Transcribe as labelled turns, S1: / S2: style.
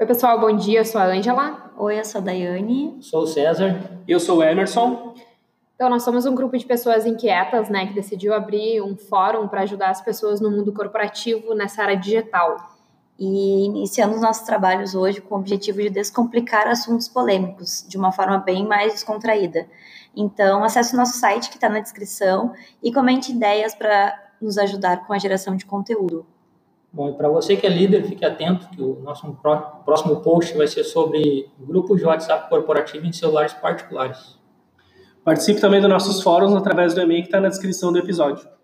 S1: Oi, pessoal, bom dia. Eu sou a Ângela.
S2: Oi, eu sou a Daiane.
S3: Sou o César.
S4: Eu sou o Emerson.
S1: Então, nós somos um grupo de pessoas inquietas, né, que decidiu abrir um fórum para ajudar as pessoas no mundo corporativo nessa área digital.
S2: E iniciamos nossos trabalhos hoje com o objetivo de descomplicar assuntos polêmicos de uma forma bem mais descontraída. Então, acesse o nosso site que está na descrição e comente ideias para nos ajudar com a geração de conteúdo.
S3: Bom, e para você que é líder, fique atento que o nosso próximo post vai ser sobre grupos de WhatsApp corporativo em celulares particulares.
S4: Participe também dos nossos fóruns através do e-mail que está na tá descrição do episódio.